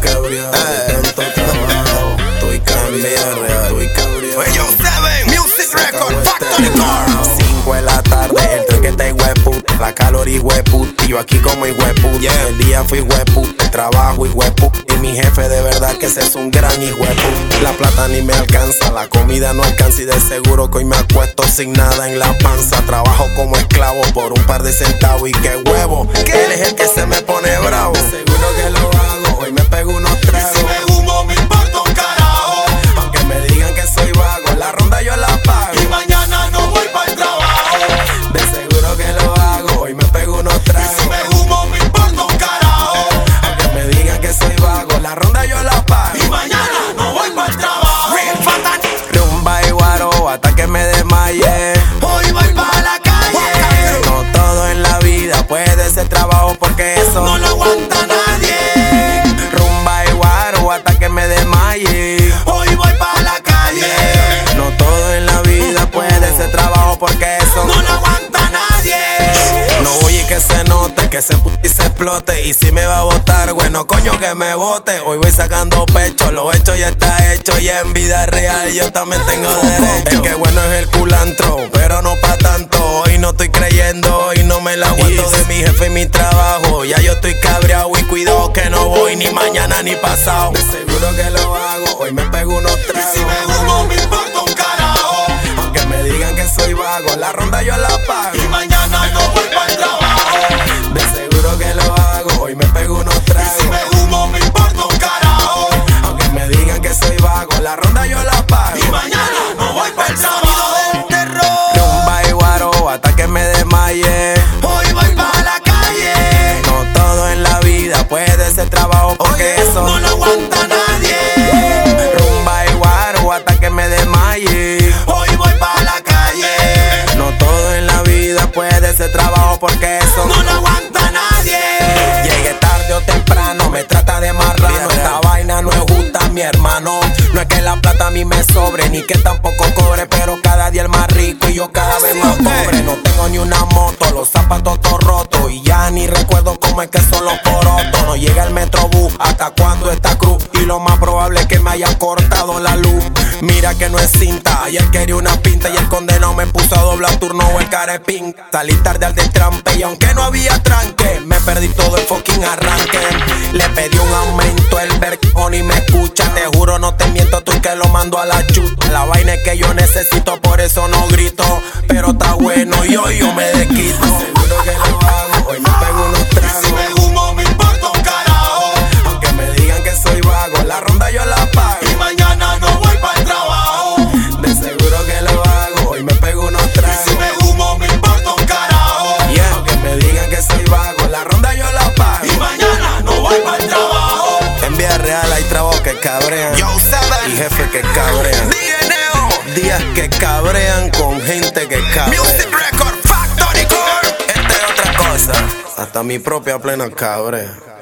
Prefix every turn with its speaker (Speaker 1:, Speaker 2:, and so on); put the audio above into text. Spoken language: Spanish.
Speaker 1: cabreado de tanto trabajo. Estoy cambiado, estoy cabreado.
Speaker 2: Ellos saben, Music Record, Factory Car.
Speaker 1: 5 de la tarde, el tren que está hueput, la calor y hueput, y yo aquí como hueput,
Speaker 2: Yeah.
Speaker 1: el día fui hueput, el trabajo y hueput, y mi jefe de verdad que ese es un gran hueput, la plata ni me alcanza, la comida no alcanza y de seguro que hoy me acuesto sin nada en la panza, trabajo como esclavo por un par de centavos y qué huevo,
Speaker 2: ¿Qué?
Speaker 1: él es el que se me pone bravo, seguro que lo hago, hoy me pego unos
Speaker 2: Si
Speaker 1: tragos,
Speaker 2: me humo, me importa un carajo.
Speaker 1: aunque me digan que soy vago, la ronda yo la pago.
Speaker 2: Y mañana no voy para el trabajo.
Speaker 1: De seguro que lo hago, hoy me pego unos tragos.
Speaker 2: Si me humo, me importa un carajo.
Speaker 1: Aunque me digan que soy vago, la ronda yo la pago.
Speaker 2: Y mañana no voy para el trabajo. Real fatal,
Speaker 1: Rumba y guaro hasta que me desmaye.
Speaker 2: Hoy voy para la calle.
Speaker 1: No todo en la vida puede ser trabajo porque eso
Speaker 2: No lo aguanta nadie.
Speaker 1: Rumba y guaro hasta que me desmaye.
Speaker 2: Hoy voy para la calle.
Speaker 1: No todo en la vida puede ser trabajo porque eso
Speaker 2: No lo aguanta nadie.
Speaker 1: No voy y que se note, que se pute y se explote. Y si me va a votar, bueno, coño, que me vote. Hoy voy sacando pecho, lo hecho ya está hecho. Y en vida real yo también tengo derecho. El que bueno es el culantro, pero no pa' tanto. Hoy no estoy creyendo, hoy no me la aguanto de mi jefe y mi trabajo. Ya yo estoy cabreado y cuidado que no voy ni mañana ni pasado. De seguro que lo hago, hoy me pego unos
Speaker 2: Y
Speaker 1: tragos.
Speaker 2: si me humo, me importa un carajo.
Speaker 1: Aunque me digan que soy vago, la ronda yo la pago.
Speaker 2: Y mañana no voy para el trabajo.
Speaker 1: De seguro que lo hago, hoy me pego unos
Speaker 2: Si
Speaker 1: tragos.
Speaker 2: me humo, me importa un carajo.
Speaker 1: Aunque me digan que soy vago, la ronda yo la pago.
Speaker 2: Y mañana no voy para el trabajo del terror.
Speaker 1: Rumba y guaro hasta que me desmaye.
Speaker 2: Hoy voy para la calle.
Speaker 1: No todo en la vida puede ser trabajo porque eso.
Speaker 2: No lo aguanta nadie.
Speaker 1: Rumba y guaro hasta que me desmaye.
Speaker 2: Hoy voy para la calle.
Speaker 1: No todo en la vida puede ser trabajo porque eso.
Speaker 2: No lo aguanta nadie.
Speaker 1: Llegué tarde o temprano, me trata de marrano. Esta vaina no es justa, mi hermano. No es que la plata a mí me sobre, ni que tampoco cobre, pero cada día el más rico y yo cada vez más pobre. No tengo ni una moto, los zapatos todos rotos. Y ya ni recuerdo cómo es que son los porotos. No llega el metrobús, hasta cuando esta cruz. Y lo más probable es que me haya cortado la luz. Mira que no es cinta, ayer quería una pinta y el condenado me puso a doblar turno o el carepín. Salí tarde al destrampe y aunque no había tranque, me perdí todo el fucking arranque. Le pedí un aumento, el vergón y me escucha. Te juro, no te miento, tú que lo mando a la chuta. La vaina es que yo necesito, por eso no grito. Pero está bueno y hoy yo me desquito. Seguro que lo hago, hoy me pego unos
Speaker 2: Si
Speaker 1: tragos.
Speaker 2: me humo, me importa un carajo.
Speaker 1: Aunque me digan que soy vago, la ronda yo la pago.
Speaker 2: Y mañana no voy para el trabajo.
Speaker 1: De seguro que lo hago, hoy me pego unos
Speaker 2: Si
Speaker 1: tragos.
Speaker 2: me humo, me importa un carajo.
Speaker 1: Yeah. Aunque me digan que soy vago, la ronda yo la pago.
Speaker 2: Y mañana no voy para el trabajo.
Speaker 1: En vía real hay trabajos que cabrean
Speaker 2: Yo
Speaker 1: y
Speaker 2: saben.
Speaker 1: jefes que cabrean.
Speaker 2: DJ Neo.
Speaker 1: Días que cabrean con gente que
Speaker 2: Music
Speaker 1: cabrea.
Speaker 2: Record Factory Core.
Speaker 1: Esta es otra cosa. Hasta mi propia plena cabrea.